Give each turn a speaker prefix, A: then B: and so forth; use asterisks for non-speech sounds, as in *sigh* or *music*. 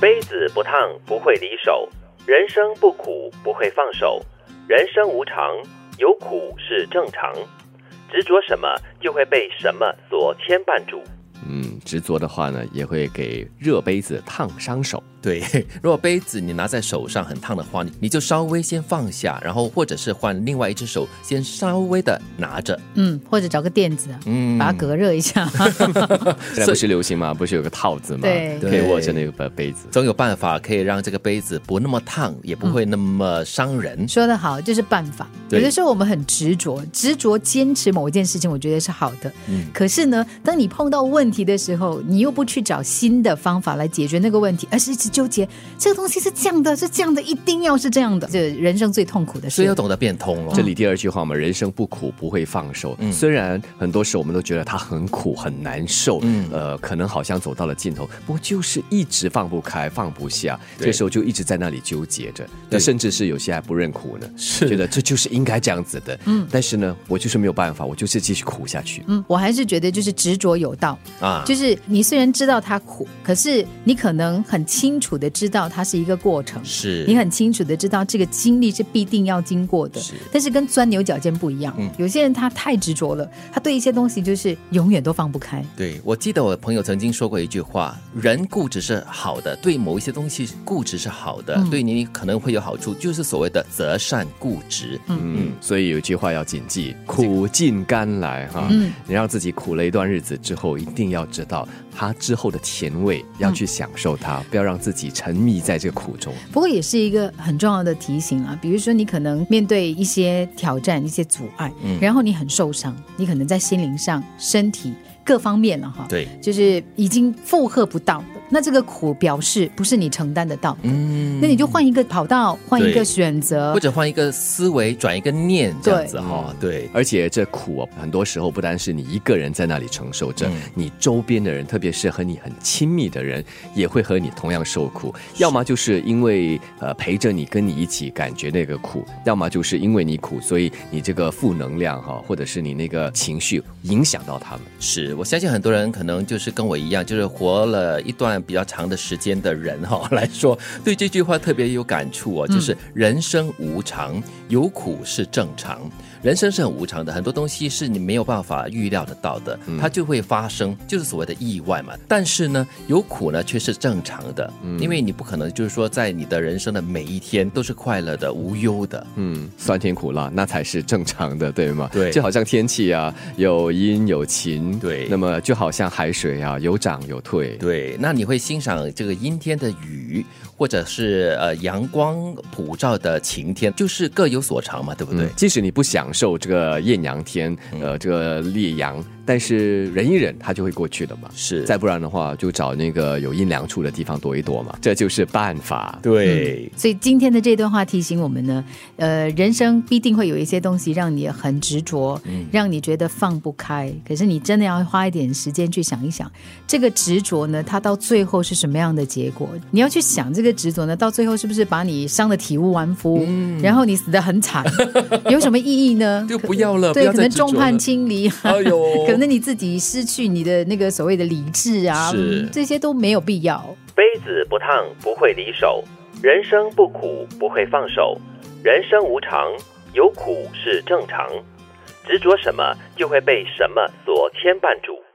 A: 杯子不烫不会离手，人生不苦不会放手，人生无常，有苦是正常。执着什么就会被什么所牵绊住。
B: 嗯，执着的话呢，也会给热杯子烫伤手。
C: 对， *laughs* 如果杯子你拿在手上很烫的话，你你就稍微先放下，然后或者是换另外一只手，先稍微的拿着，
D: 嗯，或者找个垫子，
C: 嗯，
D: 把它隔热一下。
B: 现在不是流行吗？不是有个套子吗？
D: 对
B: 可以握着那个杯子。
C: 总有办法可以让这个杯子不那么烫，也不会那么伤人。
D: 说得好，就是办法。
C: 对
D: 有的时候我们很执着，执着坚持某一件事情，我觉得是好的。
C: 嗯
D: 可是呢，当你碰到问题的时候，你又不去找新的方法来解决那个问题，而是一直纠结这个东西是这样的，是这样的，一定要是这样的，这人生最痛苦的
C: 所以要
D: 事。
C: 懂得变通咯。
B: 这里第二句话嘛，人生不苦不会放手。虽然很多时候我们都觉得它很苦很难受，
C: 嗯
B: 呃，可能好像走到了尽头，不过就是一直放不开放不下，
C: 对
B: 这时候就一直在那里纠结着，那
C: 对
B: 甚至是有些还不认苦呢，觉得这就是应该这样子的。嗯，但是呢，我就是没有办法，我就是继续苦下去。
D: 嗯，我还是觉得就是执着有道，
C: 啊，
D: 就是你虽然知道它苦，可是你可能很清楚的知道它是一个过程。
C: 是
D: 你很清楚的知道这个经历是必定要经过的
C: 是，嗯
D: 但是跟钻牛角尖不一样。有些人他太执着了，他对一些东西就是永远都放不开。
C: 对，我记得我朋友曾经说过一句话：人固执是好的，对某一些东西固执是好的，
D: 嗯
C: 对你可能会有好处，就是所谓的择善固执。
B: 嗯，所以有句话要谨记：苦尽甘来哈。
D: 嗯
B: 你让自己苦了一段日子之后，一定要知道它之后的甜味，要去享受它，不要让自己沉迷在这个苦中。
D: 不过也是一个很重要的提醒啊，比如说你可能面对一些挑战、一些阻碍，
C: 嗯
D: 然后你很受伤，你可能在心灵上、身体各方面啊了哈，
C: 对，
D: 就是已经负荷不到了。那这个苦表示不是你承担得到的，
C: 嗯
D: 那你就换一个跑道，换一
C: 对
D: 个选择，
C: 或者换一个思维，转一个念，这样子哈、对。
B: 而且这苦啊，很多时候不单是你一个人在那里承受着，
C: 嗯
B: 你周边的人，特别是和你很亲密的人，也会和你同样受苦。要么就是因为呃陪着你，跟你一起感觉那个苦；要么就是因为你苦，所以你这个负能量哈、或者是你那个情绪影响到他们。
C: 是我相信很多人可能就是跟我一样，就是活了一段比较长的时间的人哈、来说，对这句话特别有感触哦，就是人生无常，有苦是正常。人生是很无常的，很多东西是你没有办法预料得到的，它就会发生，就是所谓的意外嘛。但是呢，有苦呢却是正常的，因为你不可能就是说在你的人生的每一天都是快乐的、无忧的。
B: 嗯，酸甜苦辣那才是正常的，对吗？
C: 对
B: 就好像天气啊，有阴有晴，
C: 对
B: 那么就好像海水啊，有涨有退，
C: 对，那你会欣赏这个阴天的雨，或者是呃阳光普照的晴天，就是各有所长嘛，对不对？
B: 嗯即使你不享受这个艳阳天，
C: 嗯
B: 呃，这个烈阳，但是忍一忍，它就会过去的嘛。
C: 是
B: 再不然的话，就找那个有阴凉处的地方躲一躲嘛，这就是办法。
C: 对，
D: 所以今天的这段话提醒我们呢，呃，人生必定会有一些东西让你很执着，
C: 嗯
D: 让你觉得放不开。可是你真的要花一点时间去想一想，这个执着呢，它到最后是什么样的结果？你要去想这个执着呢，到最后是不是把你伤得体无完肤，然后你死得很惨，有什么意义呢？
C: 嗯 *laughs* 就不要了，不
D: 对，
C: 要
D: 可
C: 再
D: 能
C: 执着
D: 众
C: 了
D: 叛。亲离。
C: 哎
D: *laughs*
C: 呦，
D: 可能你自己失去你的那个所谓的理智啊，
C: 是
D: 嗯这些都没有必要。
A: 杯子不烫不会离手，人生不苦不会放手，人生无常，有苦是正常。执着什么就会被什么所牵绊住。